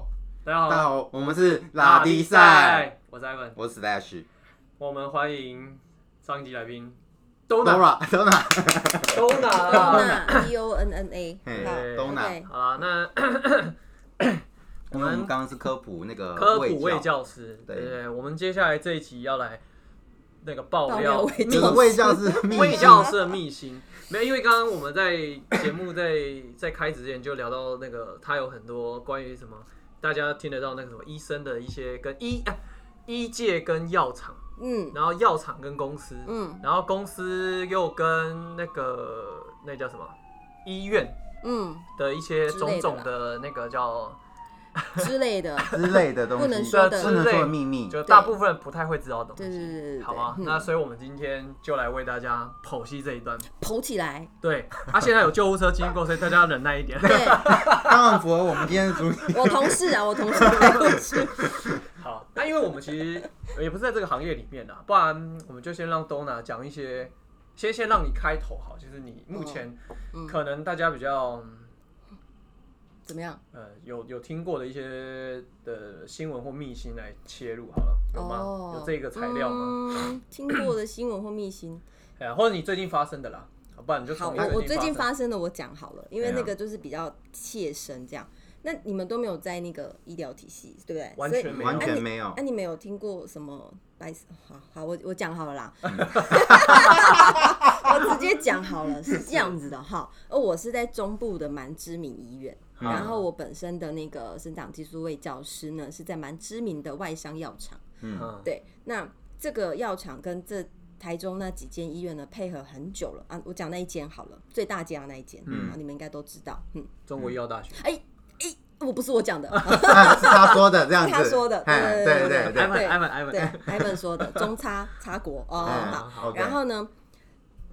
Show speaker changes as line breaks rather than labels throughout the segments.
大家好，
大家好，我们是
拉
拉力赛，，
我是 Ivan，
我是 Slash
我们欢迎上一集来宾 Dona
Dora Dora，
Dona。
Donna D 哦，E O N N A，
嘿
好
Donna
OK
好啦，那
啊因为我们刚刚是科普那个
科普
卫
卫，教师，
对
对对对，我们接下来这一集要来那个爆
爆
料
料卫
这个
教
卫教是 秘
卫
密
教师的秘辛。没有，因为刚刚我们在节目在在开始之前就聊到那个，他有很多关于什么大家听得到那个什么医生的一些跟医啊医界跟药厂，
嗯
然后药厂跟公司，
嗯
然后公司又跟那个那叫什么医院
嗯
的一些
之
种
类的啦
种的那个叫，
之类 的，
之类的东西，
不能说的
不能说的秘密，
就大部分人不太会知道的东
对对
西。
对对对，
好啊，
嗯
那所以我们今天就来为大家剖析这一段。
跑起来，
对，啊，现在有救护车经过，所以大家要忍耐一 点。
对
当然符合我们今天的主题。
我同事啊，我同事，我同事
好，那因为我们其实呃也不是在这个行业里面啊的，不然我们就先让 Dona 讲一些，先先让你开头好，就是你目前
嗯
可能大家比较
怎么样？
呃，有有听过的一些的新闻或秘辛来切入好了，有吗？
哦，
有这个材料吗？
嗯，听过的新闻或秘辛，
哎、呀，或者你最近发生的啦，好不然你就
好，
从
我我
最
最
近
近
发啊
发生的我讲好了，因为
哎呀
那个就是比较切身这样。那你们都没有在那个医疗体系，对不对？
完
所以
全没有
完全没
那、
有，
你们有听过什么白色？好好，我我讲好 了啦，我直接讲好了，是这样子的哈。呃，我是在中部的蛮知名医院，
嗯
然后我本身的那个生长激素卫教师呢是在蛮知名的外商药厂。
嗯，
嗯，
对，那这个药厂跟这台中那几间医院呢配合很久了啊。我讲那一间好了，最大家那一间，
嗯
嗯，你们应该都知道， 嗯，
中国医药大学，
哎、哎、我不是我讲的，哦
啊是他说的这样子，
是他说的
哎对
对
对
对对
艾
对，
文
对
艾文艾
对
文，
，Ivan 说的中差差国哦，
嗯
好。
OK
然后呢，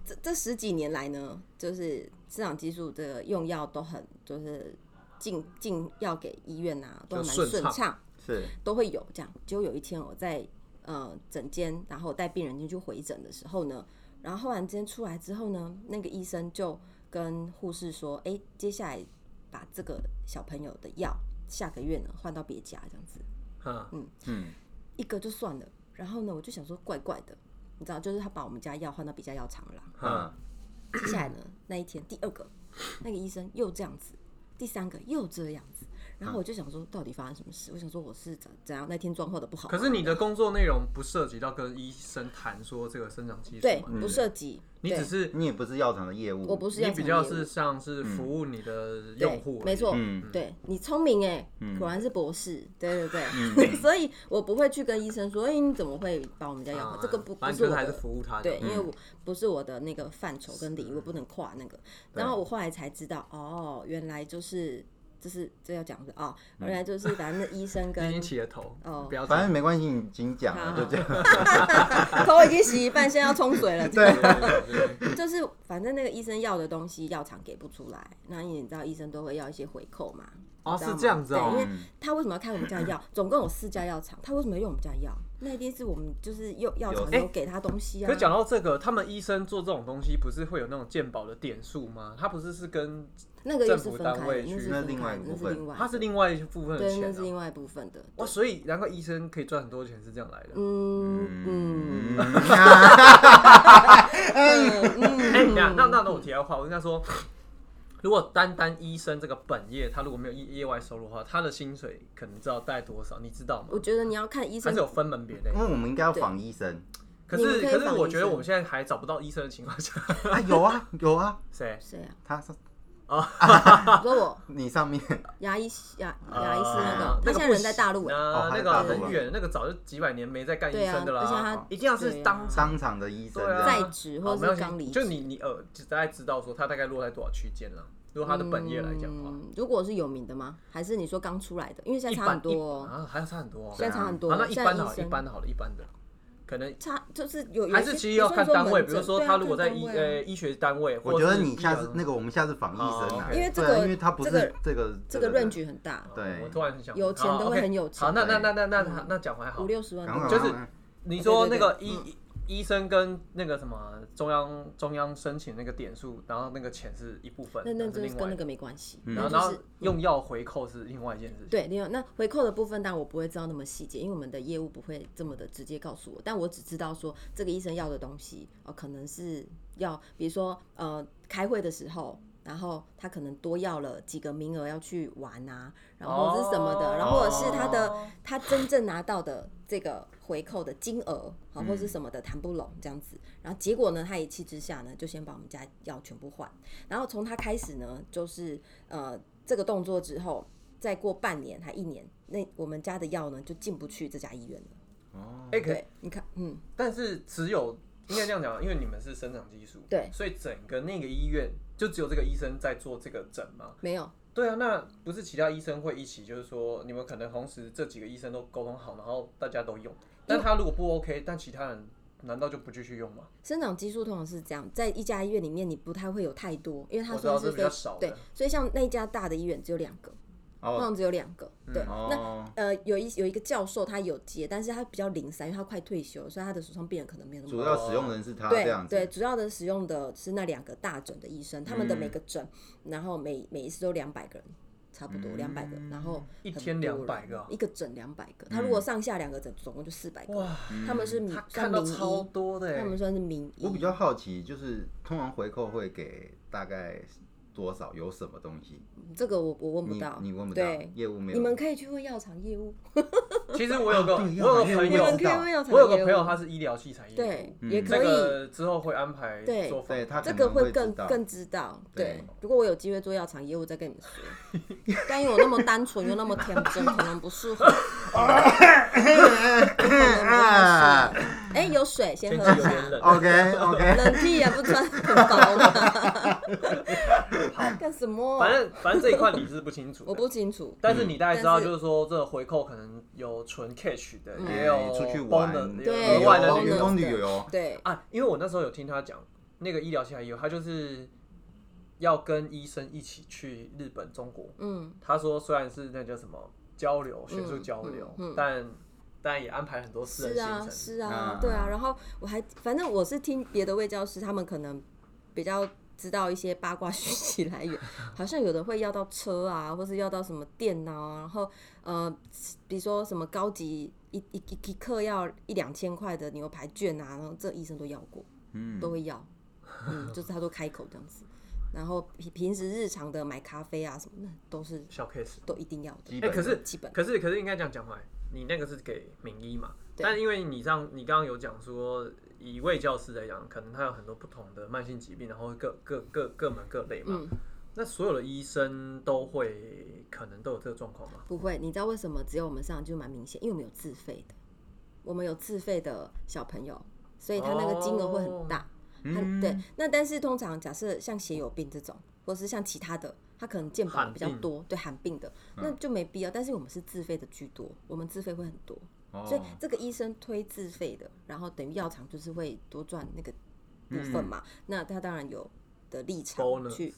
这这十几年来呢，就是市场激素的用药都很就是进进药给医院啊，都
就
蛮
顺
顺
畅
畅，
是
都会有这样。结果有一天我在呃诊间，然后带病人进去回诊的时候呢，然后忽然间出来之后呢，那个医生就跟护士说：“哎，接下来把这个小朋友的药下个月呢换到别家这样子。”
嗯，
嗯
一个就算了。然后呢，我就想说怪怪的，你知道，就是他把我们家药换到别家药厂了啦。
嗯，
接下来呢，那一天第二个，那个医生又这样子，第三个又这样子。然后我就想说，到底发生什么事？我想说我是怎怎样那天状况的不好吗，
可是你的工作内容不涉及到跟医生谈说这个生长激素
对
嘛，
不涉及，
嗯你
对
只是
你也不是药厂的业务，
我不是
你
药
比
厂
较
业务
是像是服务你的
对
用户而已，
没错，
嗯
对你聪明哎，果然是博士，对对对， 所以我不会去跟医生说，哎，你怎么会把我们家药换？
啊，
这个不不
反
是
正
我
就是还是
的
服务他的，嗯
对，因为我不是我的那个范畴跟领域，我不能跨那个。然后我后来才知道，哦，原来就是就是这要讲的哦，原来就是反正医生
你已
跟
经起了头，
哦
不要
反正没关系，你已经讲了，
好
就这样，
头已经洗一半，现在要冲水了。这
对
个
对对
就是反正那个医生要的东西，药厂给不出来，那你知道医生都会要一些回扣嘛？
哦
你知道
是
吗
这样子
对，因
哦
为，他为什么要开我们家 的药？总共有四家药厂，他为什么要用我们家的药？那一定是我们就是用药厂
有
有给他东西啊。
可是讲到这个，他们医生做这种东西，不是会有那种鉴宝的点数吗？他不是是跟
那个又是
政府
分
单
开
位
的，那
去
是
那
分
另
开
外
的，
一个
那
部
是
分
另外
他
的，
是另外一部分的
对，那
钱
是
啊。
另外一部分的。
哇，所以难怪医生可以赚很多钱是这样来的。
嗯嗯
嗯 啊
嗯
哎、等一下那那那我题外话，我跟他说，如果单单医生这个本业，他如果没有业业外收入的话，他的薪水可能知道带多少，你知道吗
我？觉得你要看医
还
生
是有分门别类
因。为我们应该要仿医生
可
嗯你们
是
可以
可是，
仿
我
医
觉得我
生
们现在还找不到医生的情况下，
啊，有啊有啊，
谁？
谁啊？
他是
你说我
你上面
牙医牙牙医师那
啊
个，他现在人在大陆哎，
啊
哦，他
那
在
个
大陆
很
啊
远，那个早就几百年没在干医
对啊
生的啦，
而且他
一定要是
对啊
当场
商场的医生
对啊
这
在
样，
职
好
或
没
者
有
是刚离职，
就你你呃，只大概知道说他大概落在多少区间了。如果他的本业来讲的话，
嗯，如果是有名的吗？还是你说刚出来的？因为现在
一
差
般
很多
一
哦，
啊，还要差很多哦。
现在差很多
好，那
哦。
一
现
般
在
的
医
好，一
生
般的好了，一般的，可能
差就是有，有
还
一
是
些
其实要
比
看
如说
单位，
门
比如
诊
说
对啊
他如果在
看单
医
位啊
呃医学单位，
我觉
或
得
者是
你下次
医疗
那个我们下次仿医生
哦
啊，
，OK 因
为这个
对啊因为他不
这
是
个
这个
这个 range 很大，
对
我突然很想
有钱都会
好，OK
很有钱
好，那那那那那那那讲回来好
五，六十万
赶快
都
就
有
是
赶快
你说那个
对对
医
对
医生跟那个什么中央中央申请那个点数，然后那个钱是一部分，
那那
但是
真
另
是
外
跟那个没关系。
然后
那
然
就
后
是
用药回扣是另外一件事情。
对，另外那回扣的部分，当然我不会知道那么细节，因为我们的业务不会这么的直接告诉我。但我只知道说，这个医生要的东西，呃，可能是要，比如说，呃，开会的时候，然后他可能多要了几个名额要去玩啊，然后是什么的，
哦
然后或者是他的他真正拿到的这个回扣的金额，好、
嗯
或是什么的谈不拢这样子。然后结果呢，他一气之下呢，就先把我们家药全部换。然后从他开始呢，就是呃这个动作之后，再过半年还一年，那我们家的药呢就进不去这家医院了。
哎，可
对，你看，嗯，
但是只有应该这样讲，啊因为你们是生长激素，
对
所以整个那个医院就只有这个医生在做这个诊嘛。
没有，
对啊，那不是其他医生会一起，就是说你们可能同时这几个医生都沟通好，然后大家都用。但他如果不 OK，但其他人难道就不继续用吗？
生长激素通常是这样，在一家医院里面你不太会有太多，因为他
我知道哦
说
这
是
比
非
较少的
对，所以像那一家大的医院只有两个，通
哦
常只有两个，对，那。
哦，
呃，有一有一个教授他有接，但是他比较零散，因为他快退休，所以他的手上病人可能没有那么
主
多。
要使用人是他这样
对
子
对，，主要的使用的是那两个大诊的医生，他们
嗯
的每个诊，然后每每一次都两百个人，差不多两百个，然后
一
嗯
很
天
多人
200个啊
一个诊两百个，他如果上下两个诊，总共就四百个
哇。
嗯
他们是民
他
算
看到
民
超
医，
多的欸，
他们算是民医
我。比较好奇，就是通常回扣会给大概多少？有什么东西？
这个我我问不
你
到，
你问不到
对，，
业务没有。
你们可以去问药厂业务，
其实我 有个
啊
我
对啊
有个
药厂业务
朋友
你们可，以问药厂业务。
我有个朋友他是医疗器材业，
对，
嗯
也
这
可以。
个之后会安排
对
做访
对他
这
可
个
能
会
知
更
道
更知道，对
对。
如果我有机会做药厂业务，再跟你们说。 但因为我那么单纯又那么天真，可能不适合。可能不太
啊
适合哎，有水先
天
喝
气
一
有点
下，
冷，
OK OK，
冷屁也不穿很薄嘛。 干什么？
反正反正这一块你是不清楚的，
我不清楚。
但是你大概知道，
但是
就是说这个回扣可能有纯 catch 的，
嗯
也有
哎出去
bonus
玩，
的
对
额外的
有
旅
员
游
bonus
工旅游，
对，
啊。因为我那时候有听他讲，那个医疗器材有，他就是要跟医生一起去日本、中国。
嗯，
他说虽然是那叫什么交流、学术交流，
嗯嗯
但但也安排很多私人
是
行
啊
程。，
是啊
嗯，
对啊。然后我还反正我是听别的卫教师，他们可能比较知道一些八卦讯息来源，好像有的会要到车啊，或是要到什么电脑啊，然后呃，比如说什么高级一一一一克要一两千块的牛排券啊，然后这医生都要过，
嗯，
都会要，嗯，就是他都开口这样子。然后平平时日常的买咖啡啊什么的，都是
小 case。
都一定要的
基
哎、
本
可是
基本。
可是可是应该这样讲回来，你那个是给名医嘛？
对
但因为你让你刚刚有讲说，以卫教师来讲，可能他有很多不同的慢性疾病，然后各各各各门各类
嗯
嘛。那所有的医生都会可能都有这个状况吗？
不会，你知道为什么只有我们上就蛮明显？因为我们有自费的，我们有自费的小朋友，所以他那个金额会很大。
哦
他
嗯
对，那但是通常假设像血友病这种，或是像其他的，他可能健保
罕
比较
病嗯
多，对罕病的，那就没必要。但是我们是自费的居多，我们自费会很多，
哦
所以这个医生推自费的，然后等于药厂就是会多赚那个部分嘛。那他当然有的立场
嗯 Bonus
去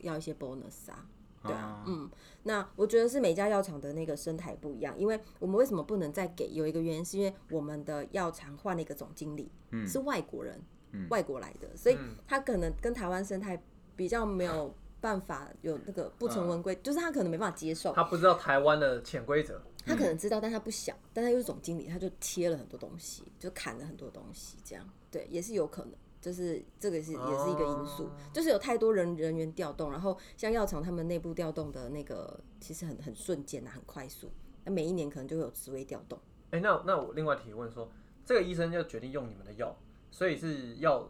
要一些 bonus 啊，对啊
哦，
嗯，那我觉得是每家药厂的那个生态不一样，因为我们为什么不能再给？有一个原因是因为我们的药厂换了一个总经理，
嗯
嗯
是外国人，外国来的，所以他可能跟台湾生态比较没有办法有那个不成文规，就是他可能没办法接受，
他不知道台湾的潜规则，
他可能知道，但他不想，但他又是总经理，他就切了很多东西，就砍了很多东西，这样对，也是有可能，就是这个是也是一个因素，
哦
就是有太多人人员调动，然后像药厂他们内部调动的那个，其实很很瞬间啊，很快速，那每一年可能就会有职位调动，
哎、那那我另外提问说，这个医生要决定用你们的药，所以是要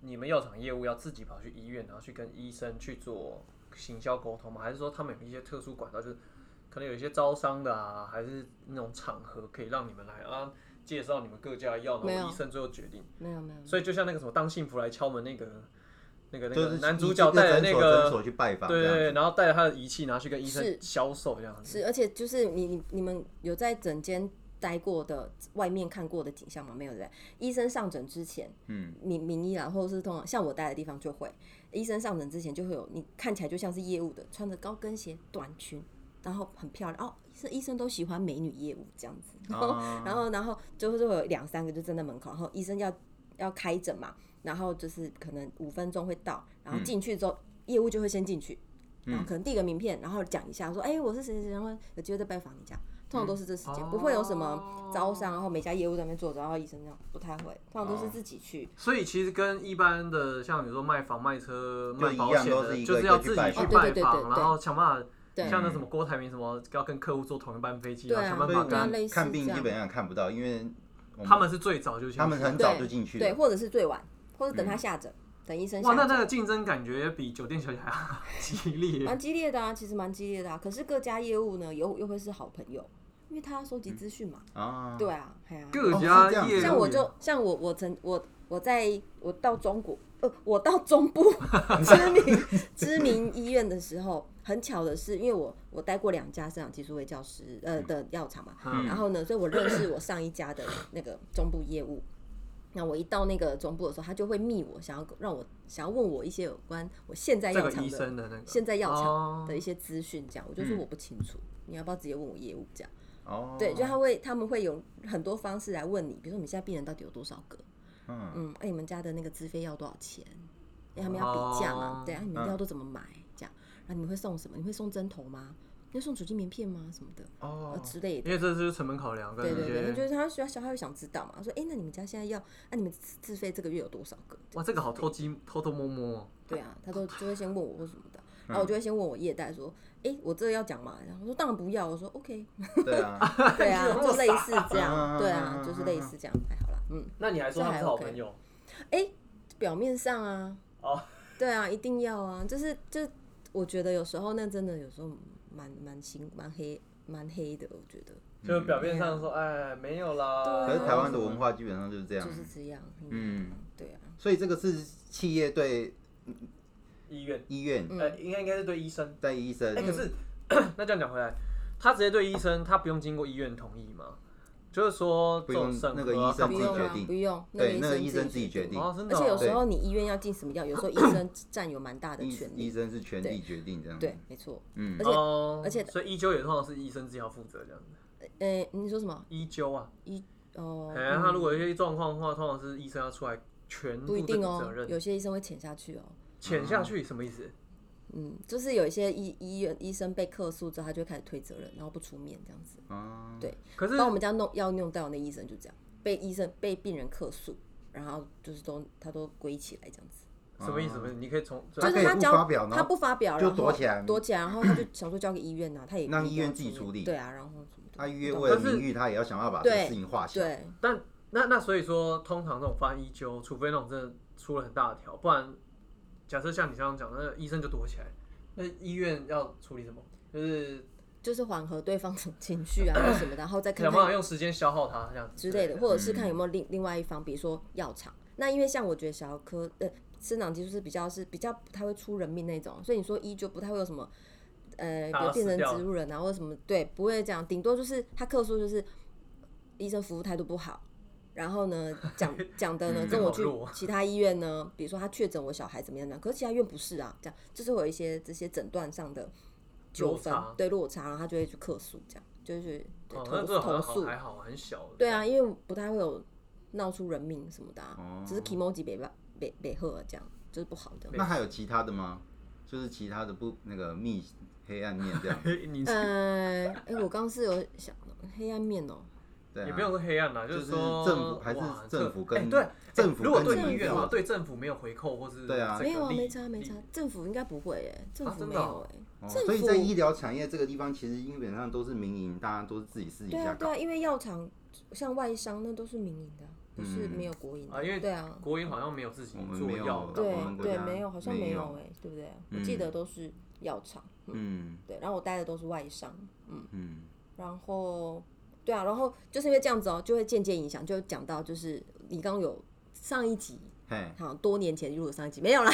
你们药厂业务要自己跑去医院，然后去跟医生去做行销沟通吗？还是说他们有一些特殊管道，就是可能有一些招商的啊，还是那种场合可以让你们来啊介绍你们各家的药，
没
然
有
后医生最后决定。
没有没有，
所以就像那个什么当幸福来敲门那个那个那
就
个
是
男主角带
的
着
诊
那个。
所去拜访，
对
这
对
样
对，然后带着他的仪器，然后去跟医生
是
销售这样子。
是，而且就是你你你们有在诊间待过的、外面看过的景象吗？没有对不对？医生上诊之前，嗯，名名医啦，或者是通常像我待的地方就会，医生上诊之前就会有你看起来就像是业务的，穿着高跟鞋、短裙。然后很漂亮哦，医生医生都哦
嗯
喜欢美女业务这样子，然后、然后然后就会就会有两三个就站在门口，然后医生要要开诊嘛，然后就是可能五分钟会到，然后进去之后、业务就会先进去，然
嗯
后可能递个名片，然后讲一下说，哎、我是谁谁谁，然后有机会再拜访你这样。通常都是这时间，
嗯
不会有什么
哦
招商，然后每家业务在那边坐着，然后医生这样，不太会。通常都是
哦
自己去，
所以其实跟一般的像比如说卖房、卖车、
就
卖
一样
保险
都是
的，
一个
就是要自己
一个
去
去
拜访
拜
哦对对对对
访，
对
然后想办法。
对
像那什么郭台铭什么要跟客户坐同一班飞机，
对啊
然后想
所以
办
我
法
对啊
跟
类
们
似
看病
这
基
样
本上看不到，因为我
他们是最早就先
他们很
对
早就进去
对，
了。
或者是最晚，或者等他下诊，等医生
哇，
下
那
诊。
那个竞争感觉比酒店小姐还要 激烈。
蛮激烈的啊，其实蛮激烈的啊。可是各家业务呢，又又会是好朋友，因为他要收
嗯
集资讯嘛。
啊，
对啊，哎呀、
各
哦是
家
这样
业务
子
员
像我就像我我曾我我在我到中国呃我到中部 知名知名医院的时候，很巧的是，因为我我待过两家生长激素卫教师呃的药厂嘛，
嗯
然后呢，所以我认识我上一家的那个中部业务。那我一到那个中部的时候，他就会密我，想要让我想要问我一些有关我现在
这
药
个
厂
医
的
生的那个
现在药厂
哦嗯
的一些资讯，这样、我就说我不清楚，你要不要直接问我业务这样？
哦，
对，就他会他们会有很多方式来问你，比如说你现在病人到底有多少个？
嗯，
嗯，哎、你们家的那个自费药多少钱？因为他们要比价嘛，
哦
对啊，你
嗯
们药都怎么买？这样，然后你们会送什么？你会送针头吗？你会送酒精棉片吗？什么的、呃
哦，
之类的。
因为这就是成本考量跟
对
一些
对对，他就是他需要小孩会想知道嘛，说哎、那你们家现在要，那、你们自自费这个月有多少个？
哇，这个好偷鸡偷偷摸摸哦。
对啊，他都就会先问我或什么的，
嗯
然后我就会先问我业代说，哎、我这个要讲嘛？然后我说当然不要，我说 OK，
对 啊，
对啊，就类似这样，
嗯
对啊，
嗯
就是
嗯
类
嗯
似这样，还好啦，嗯，
那你还
说他们是好朋
友？
表面上啊，
哦，
对啊，一定要啊，就是就我觉得有时候那真的有时候蛮蛮辛蛮黑蛮黑的，我觉得
就表
面上说
哎没有啦
对啊
可是台湾的文化基本上就是这样
就，是这样，嗯，
嗯，
对啊，
所以这个是企业对
医院，
医院
嗯
呃，应该应该是对医生。
对医生
哎、，可是 那这样讲回来，他直接对医生，他不用经过医院同意吗？就是说这
不用
种审核
那个医
啊
生
干
不
自己
嘛
用
决
的
啊，
定
不用，
对那
个
个医
生
生自己决定
哦，真的
而
哦、
且有时
对
候你医院要进什么药，有时候医生 占有蛮大的
医
权
医
利，
生是权力决定这样，
对，，没错，
嗯
而且
哦
而且
所以医灸也通常是医生自己要负责这样子。
呃，你说什么
医灸啊，
医哦
哎、？
嗯
他如果有一些状况的话，通常是医生要出来全
不
负
一
这
定
个责
哦，
任。
有些医生会潜下去哦。
潜下去什么意思？
嗯，就是有一些医医院医生被客诉之后，他就会开始推责任，然后不出面这样子。
啊，
对
可是
把我们家弄要弄到那医生就这样，被医生被病人客诉，然后就是都他都归起来这样子，
什么意思？不是，你可以从
就
他
是
可以
他
不
交
发表然后
他不发表，
就
然后
躲起来
躲起来，然 后他就想说交给医院呐、他也
让
不一定
医院
要
自己
出面
处理
对啊，然后什么的
他约
不
为
懂
了名誉，他也要想办法把这
对
个事情化小，
对
但那那所以说，通常这种翻医灸，除非那种真的出了很大的条，不然假设像你刚刚讲的，那医生就躲起来，那医院要处理什么？就是
就是缓和对方的 情绪啊或什么的，然后再看
想办
看
法用时间消耗它这样子嗯
之类的，。或者是看有没有另另外一方，比如说药厂。那因为像我觉得小儿科呃生长激素是比较是比较不太会出人命那种，所以你说依旧不太会有什么呃，比
打
如
到
变
死掉
成植物人啊或者什么，对，不会这样，顶多就是他客诉就是医生服务态度不好。然后呢， 讲讲的呢，
嗯
跟我
好
去
弱
其他医院呢，比如说他确诊我小孩怎么样呢？可是其他医院不是啊，这样就是会有一些这些诊断上的纠
落
纷
差，
对落差，然后他就会去客诉，这样就是对
哦，
投
那这好
投
像好
诉，
还好，很小。，
对啊，，因为不太会有闹出人命什么的、啊，
哦
只是 i m o j i 北吧北北赫这样，就是不好的。
那还有其他的吗？就是其他的不那个密黑暗面这样
你
呃，哎、我刚刚是有想黑暗面哦、
对
也
啊
不，用说黑暗啦，
就是
是说
政府还是
哇
政府
这哎
跟
对
政府
如果对
跟你
医
们
院
这
的话，
样
对政府没有回扣或是
对啊
这个
没有啊，
利
没差没差
利，
政府应该不会哎、政府
真
没
的
有
哦
哎、
哦
政府、
所以在医疗产业这个地方，其实基本上都是民营，大家都是自己私底
对
下
啊对
搞
啊，。因为药厂像外商那都是民营的啊，不是
嗯
没有国营的、
啊，因为
对啊，
国营好像没有自己
我们
做
没有
药的，
我
对
们国
对
家
没有，好像
没
没
有
哎、对不对？我记
嗯
得都是药厂，
嗯
对，然后我待的都是外商，
嗯，
然后，对啊，然后就是因为这样子哦、就会间接影响，就讲到就是你刚刚有上一集，
嘿，
好像多年前录的上一集 没有啦，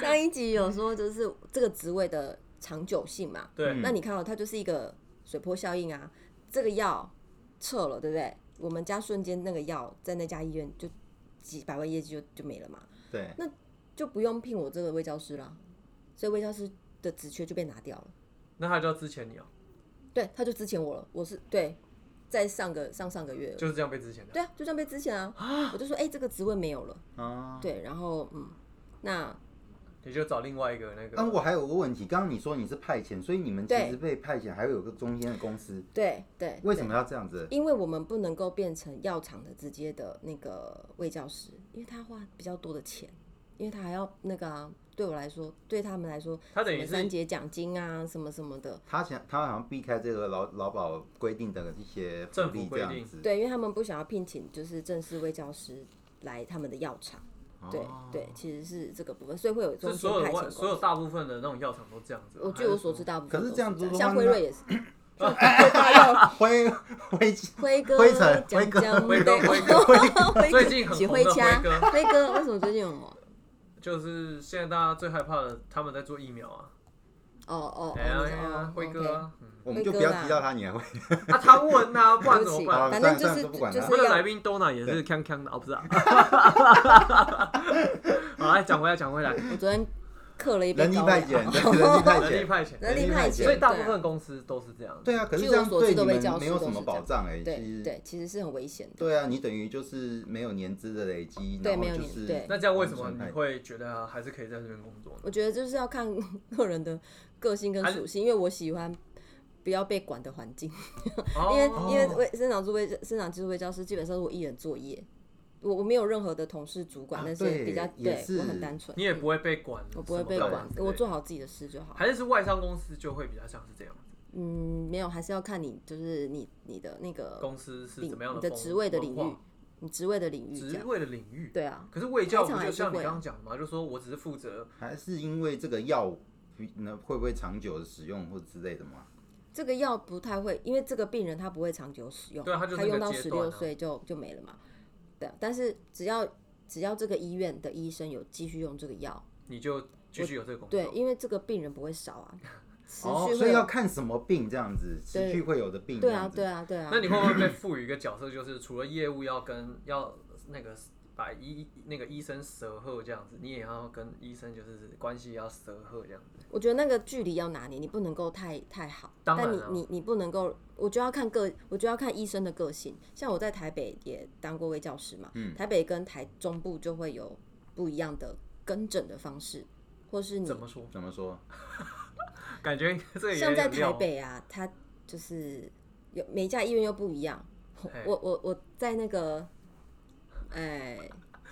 上一集有说就是这个职位的长久性嘛，
对，
嗯
那你看哦、它就是一个水波效应啊，这个药撤了，对不对？我们家瞬间那个药在那家医院就几百万业绩就就没了嘛，
对，
就不用聘我这个卫教师啦，所以卫教师的职缺就被拿掉了。
那他就要之前你哦，
对，他就之前我了，我是对，在上个上上个月，
就是这样被之前的。
对啊，就像被之前啊，我就说哎、这个职位没有了，
哦
啊。
对，然后嗯，那
你就找另外一个那
那
个，
我还有个问题，刚刚你说你是派遣，所以你们其
对
实被派遣还会有个中间的公司，
对对，
为什么要这样子？
因为我们不能够变成药厂的直接的那个卫教师，因为他花比较多的钱，因为他还要那个、啊，对我来说，对他们来说，
他等
什
于
么
是
三节奖金啊，什么什么的，
他想他好像避开这个劳劳保规定的一些福
政府
利这
规
样
定
子，
对，因为他们不想要聘请就是正式卫教师来他们的药厂，对、对，其实是这个部分，所以会有中
哦是
间
所有的
派遣
外
公
所有
司。
大部分的那种药厂都这样子啊吧。
我据我所知，大部分
可是
都
这样子
这
的
像
话
辉
那
瑞也是，像
灰灰
辉哥
灰尘
讲
灰哥
讲
辉哥
对
辉哥
辉
最近很
起
红
辉
的辉哥
辉哥为什么最近很红？
嗯就是现在大家最害怕的，他们在做疫苗啊，
哦哦，
哎呀
哦
哎呀，辉哥啊，嗯
我们就不要提到他，你还会
啊唐文 啊，不然
对
怎么
不起，
办？
反正就
算
是
了不管
就
他
我
是
们的
要
来宾 Dona 也是锵锵的哦，不是啊。 好，来讲回来，讲回来，
我昨天刻了一杯
人力
高
派
粱，啊
遣， 人力派
人力
遣，
派遣，
人力派遣
所以大部分公司都是这样。
对啊，可是
据
这
我
样
所
对
知的
你
卫教
们
师
没有
都
什
是
么
这
保
样
障哎，其
对
实
对，其实是很危险的。
对啊，你等于就是没有年资的累积，
对
然后
没有
就
年
是
对
那这样为什么
完全
你
派
会觉得还是可以在这边工作呢？
我觉得就是要看 个人的个性跟
还是
属性，因为我喜欢不要被管的环境，
哦
因为因为卫生长助卫生长技术卫教师基本上是我一人作业，我我没有任何的同事主管，
啊
但是比较
对也
对
是
我很单纯，
你也不会被管，
我不会被
什么
管
的，
对
我做好自己的事就好。
还是是外商公司就会比较像是这样，
嗯，没有，还是要看你就是你你的那个
公司是
领
怎么样
你
的
的
风
职位的领
文化
域，你职位的领域这
职
样。
位的领域。
对啊，
可是卫教
开
不
场
就
还是
像你
会啊
刚刚讲的嘛，就说我只是负责
还是因为这个药那会不会长久的使用或之类的嘛？
这个药不太会，因为这个病人他不会长久使用，
对啊他就是那个
用到
阶
十
段啊
六岁就就没了嘛。对啊，但是只要只要这个医院的医生有继续用这个药，
你就继续有这个工作。
对，啊因为这个病人不会少 啊，持
哦，
续
所
会
以
有。
要看什么病这样子，持续会有的病这
对啊，
样子。
对啊，对啊
那。你会不会被赋予一个角色，就是除了业务要跟要那个把医那个医生蛇后这样子，你也要跟医生就是关系要蛇后这样子。
我觉得那个距离要拿捏，你不能够太太好。
当然
但你
啊
你你不能够，我就要看个，我就要看医生的个性。像我在台北也当过卫教师嘛，
嗯
台北跟台中部就会有不一样的跟诊的方式，或是你
怎么说？
怎么说？
感觉这个也
像在
有料
台北啊，它就是有每一家医院又不一样。我
嘿
我我我在那个，哎、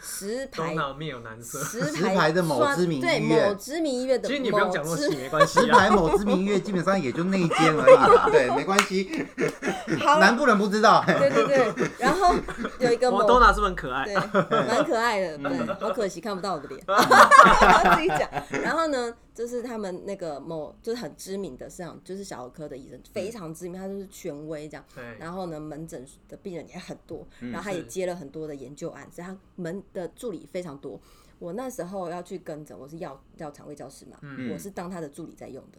十
东
排
南面有男生。
十
石牌的某
刷
知名
对
医院
某知名医院的，
其实
某知
你不用讲那么细，没关系
石
啊。
牌某知名医院基本上也就那一间而已 啦，对，没关系，
好
南部人不知道。嘿
对对对，然后有一个某
我东南是不是很可爱
对，？蛮可爱的，对，好可惜看不到我的脸，自己讲。然后呢，就是他们那个某就是很知名的市场，就是小儿科的医生，非常知名，他就是权威这样。
对，嗯
然后呢，门诊的病人也很多，然后他也
是
接了很多的研究案，所以他门的助理非常多。我那时候要去跟诊，我是药药厂卫教师嘛，我是当他的助理在用的。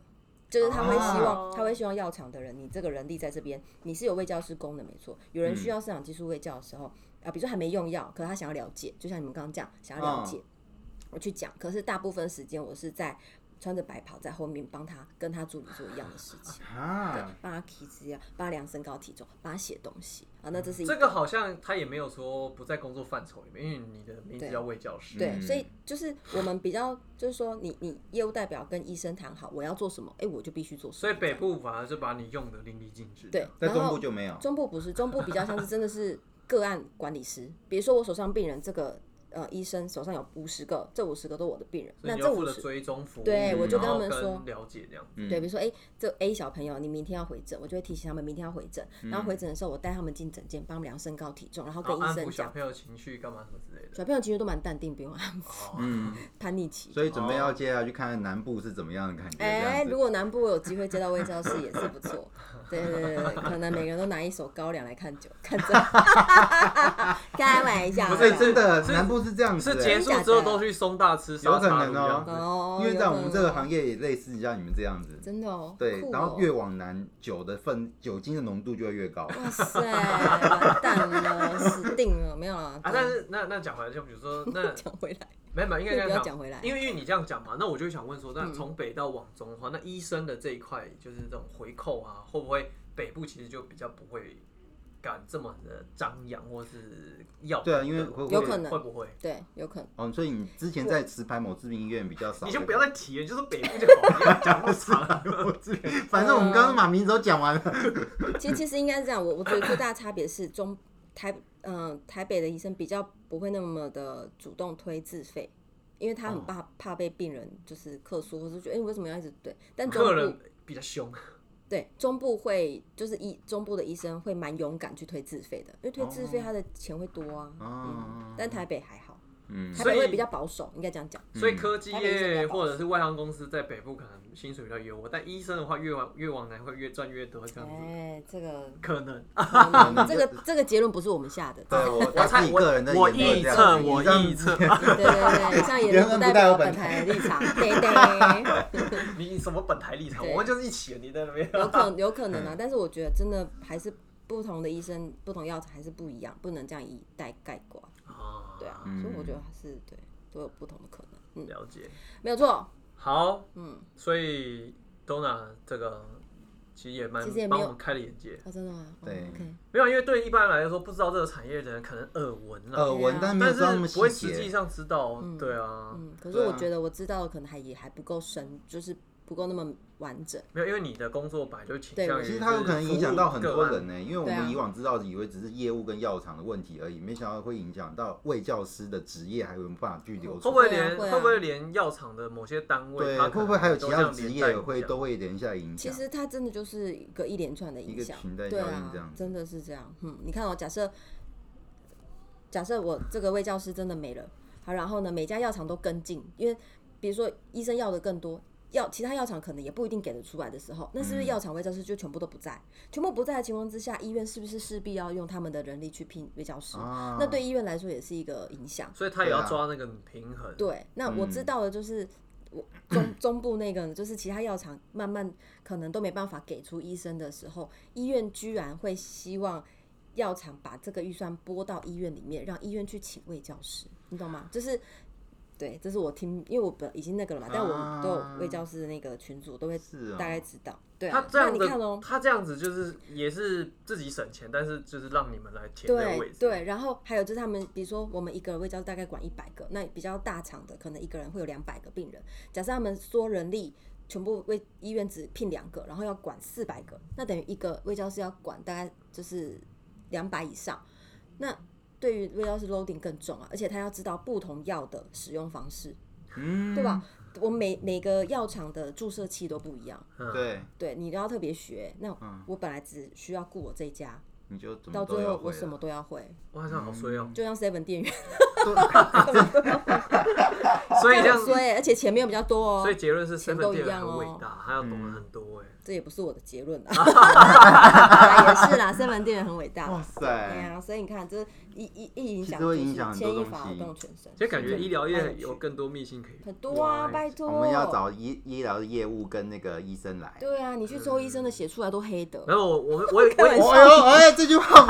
就是他会希望，
嗯哦
他会希望药厂的人，你这个人力在这边，你是有卫教师功能没错。
嗯
有人需要生长激素卫教的时候，啊，比如说还没用药，可是他想要了解，就像你们刚刚讲，想要了
嗯
解，
哦
我去讲。可是大部分时间我是在穿着白袍在后面帮他跟他助理做一样的事情。
啊，
帮他提资料，帮他量身高体重，帮他写东西啊，那这是一
这个好像他也没有说不在工作范畴里面，因为你的名字
对
叫魏教师。
对，
嗯
所以就是我们比较就是说你，你业务代表跟医生谈好我要做什么，哎、我就必须做什么。
所以北
这样
部反而就把你用的淋漓尽致。
对，，
在
然后
中部就没有。
中部不是中部比较像是真的是个案管理师，比如说我手上病人这个呃医生手上有五十个，这五十个都我的病人，
所以
那
你
这
要负
五
责
十。
追踪服务，
对我就跟他们
然后
说
了解这样。
对，比如说，哎、这 A 小朋友，你明天要回诊，我就会提醒他们明天要回诊。然后回诊的时候，我带他们进诊间，帮他们量身高体重，然后跟
然后
医
嗯安
生
抚小
讲。
朋友情绪干嘛什么之类的。哦
小朋友其实都蛮淡定，不用安抚。
嗯，
叛逆期。
所以准备要接下去看看南部是怎么样的感觉。这
哎、
样子
如果南部我有机会接到微教室也是不错， 对对对对，可能每个人都拿一手高粱来看 酒，看这，开玩笑，
不
所以
是
真的
是
南部是这样子
是
的，
结束之后都去松大吃沙茶卤这样子。
哦，
因为在我们这个行
业，
业也类似像你们这样子。
真的哦，
对
酷，哦
然后越往南，酒的分酒精的浓度就会越高。
哇塞，完蛋了，死定了，没有了，
啊，但是那那讲回来，就比如 说那
讲回来，
没有没有，应该这
不
样
要讲回来嗯
因为因为你这样讲嘛，那我就想问说，那从北到往中的话，那医生的这一块就是这种回扣啊，会不会北部其实就比较不会敢这么的张扬或是要
对啊因为会
不
有
会
可能
会不会？
对，有可能。
哦，所以你之前在石牌某知名医院比较少，
你就不要再提了，你就说北部就好， 不要讲那么长。
我 这边，反正我们刚刚把名字都讲完了。
其实其实应该是这样，我我觉得最大的差别是中台嗯、台北的医生比较不会那么的主动推自费，因为他很怕、怕被病人就是客诉，或是觉得哎、你为什么要一直对，但中
客
部
人比较凶，
对中部会就是医中部的医生会蛮勇敢去推自费的，因为推自费
哦
他的钱会多啊，嗯
哦，
但台北还好，
嗯
台
所以
北会比较保守，应该这样讲。
所以科技
台北医生比较
业
保
或者是外商公司在北部可能薪水比较优渥，但医生的话越往越往南会越赚越多这样子。
哎、这个
可能啊
可嗯能这个这个结论不是我们下的，
对我
我
自
猜
己
我
个人的
我
言论
臆
这样
测，
子
我
你这样
臆 测，
对对对，以上言
言论
论不
不
代
代
表
表
本
本
台的立场，对对。
你什么本台立场？
对
我们就是一起的，你在那边。
有 可有可
嗯
能啊，但是我觉得真的还是不同的医生、不同药材还是不一样，不能这样一概概括。
啊
对啊，
嗯
所以我觉得还是对都有不同的可能。嗯，
了解。
没有错。
好，
嗯，
所以 Dona 这个其实也蛮
其实也没
帮
有
我们开了眼界。
哦，真的吗？哦
对
OK，
没有，因为对一般人来说，不知道这个产业的人可能耳闻啊了，
耳闻，但没有
但
知道那么
是不
细
会实际
节。
上知道。对啊，
嗯，可是
对啊
我觉得我知道的可能还也还不够深，就是不够那么完整。
没有，因为你的工作本来就倾
对
向于
其实它有可能影响到很多人呢、因为我
对啊
们以往知道的以为只是业务跟药厂的问题而已，没想到会影响到卫教师的职业，还有没有办法去留
服务
存
个案。会不会
对啊
连
会啊
会不会连药厂的某些单位，
对，
它可
会
能
不会还有其
都
他
这样
职
连
业
带
也会
影响
都会连下影
其
响？
实它真的就是一个一连串的影
一
响
个，裙带效
对
应
啊
这样，子
真的是这样。嗯，你看哦，假设假设我这个卫教师真的没了，好，然后呢，每家药厂都跟进，因为比如说医生要的更多。药其他药厂可能也不一定给得出来的时候，那是不是药厂卫教师就全部都不
嗯
在？全部不在的情况之下，医院是不是势必要用他们的人力去聘卫教师？
啊
那对医院来说也是一个影响。
所以他也要
对啊
抓那个平衡。
对，那我知
嗯
道的就是。我中中部那个呢，就是其他药厂慢慢可能都没办法给出医生的时候，医院居然会希望药厂把这个预算拨到医院里面，让医院去请卫教师，你懂吗？就是对，这是我听，因为我本已经那个了嘛，但我
啊
都有卫教师的那个群组，都会
是啊
大概知道。对
哦他
啊，
这
那
样
你
的
看哦，
他这样子就是也是自己省钱，但是就是让你们来填这个位
对
置。
对，然后还有就是他们，比如说我们一个卫教大概管一百个，那比较大厂的可能一个人会有两百个病人。假设他们缩人力，全部为医院只聘两个，然后要管四百个，那等于一个卫教师要管大概就是两百以上。那对于卫教师 loading 更重啊，而且他要知道不同药的使用方式，
嗯，
对吧？我每每个药厂的注射器都不一样，
嗯，
对，
对你都要特别学。那
嗯
我本来只需要顾我这一家，
你就怎
到
么都
最
要
后我
会
什么
了。
都要会，
哇，这样好衰哦。
就像 seven 店员。
嗯
所以这样，
所以而且钱没有比较多哦，
所以结论是
钱
身份
都一
店员
样
很伟
哦。
大，他要
嗯
懂得很多哎。
这也不是我的结 论啊， 啊也是啦，三门店员很伟大。
哇
对
塞，
啊，所以你看，这一一一影响，
其实会影响很
牵
多
一
东西
发而动全身。
其实感觉医疗
很
业
有
有
趣
更多秘辛可以挖。欸
很多啊，拜托。
我们要。找医医疗的业务跟那个医生来。
对啊，你去搜医生的写出来都黑的。
然后我我我有我
开玩
有
笑
哦呦，哎，这句话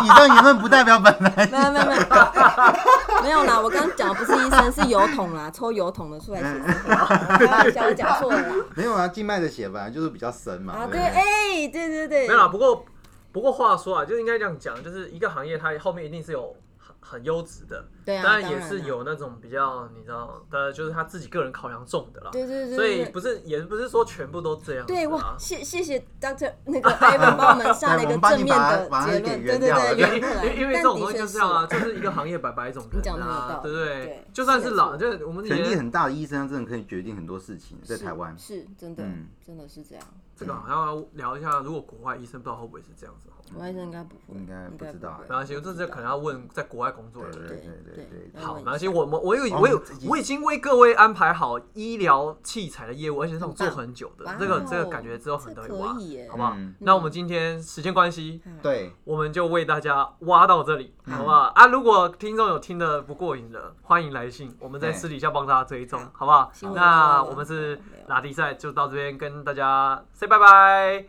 不以上言论不代表本来。
没有没有没有没有啦，我刚刚讲的不是医生，是油桶啦，抽油桶的出来写生。
嗯
我开玩笑，我讲错了 啦。
没有啊，静脉的血本来就是比较深嘛。
啊，
不
对，哎，对对对
没有，啦，不过不过话说啊，就应该这样讲，就是一个行业它后面一定是有很很优质的，
对啊，
当
当
然也
啦
是。有那种比较你知道的，就是他自己个人考量重的啦。
对对对对
所以
对
不是也不是说全部都这样子
对
啊
哇，。谢谢谢 Doctor 那个 Ivan 帮我们上了
哎
一个正面的结论，对对对，
因为
圆过 来。
因为因为这
但
种
的
东西
确
就是这样啊，就是一个行业百百种
你
人
讲得很有道
啊，
理
对不对
对？
就算是老，
是
就是我们以
权力
前
很大的医生，真的可以决定很多事情，在台湾。
是是真的
嗯，
真的是这样。
这个好像要聊一下，如果国外医生不知道会不会是这样子哦。
我医生应该不会，
应该
应
不
该
知道
不会
啊
没关系，这这可能要问在国外工作的
对
人。
对
对
对
对
对。
好，
问
没
一
关系，
下
我们我有
哦
我有
自己
我已经为各位安排好医疗器材的业务，而且是那种做很久的
哇，
这个
哦
这个感觉之后很
这
多
可
挖，
以耶
好不好
嗯？
那我们今天时间关系，
对，
我们就为大家挖到这里，
嗯
好不好？啊，如果听众有听的不过瘾的，欢迎来信，我们在
对
私底下帮大家追踪好
好，
不好
新？闻
那
我
我们
们
是
没有
拉迪赛，就到这边跟大家 say 拜拜。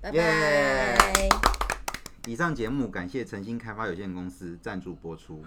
拜
耶
拜。
以上节目感谢诚心开发有限公司赞助播出。